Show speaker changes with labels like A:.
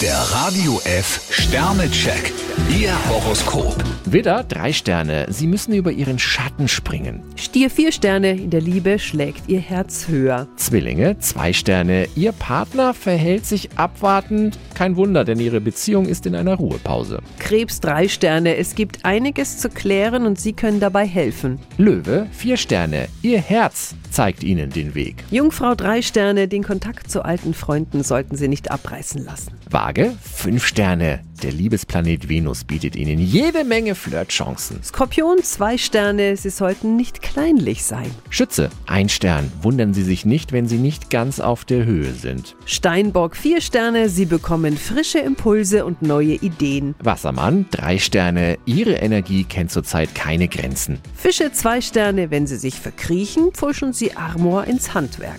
A: Der Radio F Sternecheck. Ihr Horoskop.
B: Widder, drei Sterne. Sie müssen über Ihren Schatten springen.
C: Stier vier Sterne, in der Liebe schlägt ihr Herz höher.
B: Zwillinge, zwei Sterne. Ihr Partner verhält sich abwartend. Kein Wunder, denn Ihre Beziehung ist in einer Ruhepause.
C: Krebs drei Sterne, es gibt einiges zu klären und Sie können dabei helfen.
B: Löwe, vier Sterne. Ihr Herz zeigt Ihnen den Weg.
C: Jungfrau drei Sterne, den Kontakt zu alten Freunden sollten Sie nicht abreißen lassen.
B: Waage, fünf Sterne. Der Liebesplanet Venus bietet Ihnen jede Menge Flirtchancen.
C: Skorpion zwei Sterne, Sie sollten nicht kleinlich sein.
B: Schütze, ein Stern. Wundern Sie sich nicht, wenn Sie nicht ganz auf der Höhe sind.
C: Steinbock vier Sterne, Sie bekommen frische Impulse und neue Ideen.
B: Wassermann, drei Sterne. Ihre Energie kennt zurzeit keine Grenzen.
C: Fische zwei Sterne, wenn Sie sich verkriechen, pfuschen Sie Armor ins Handwerk.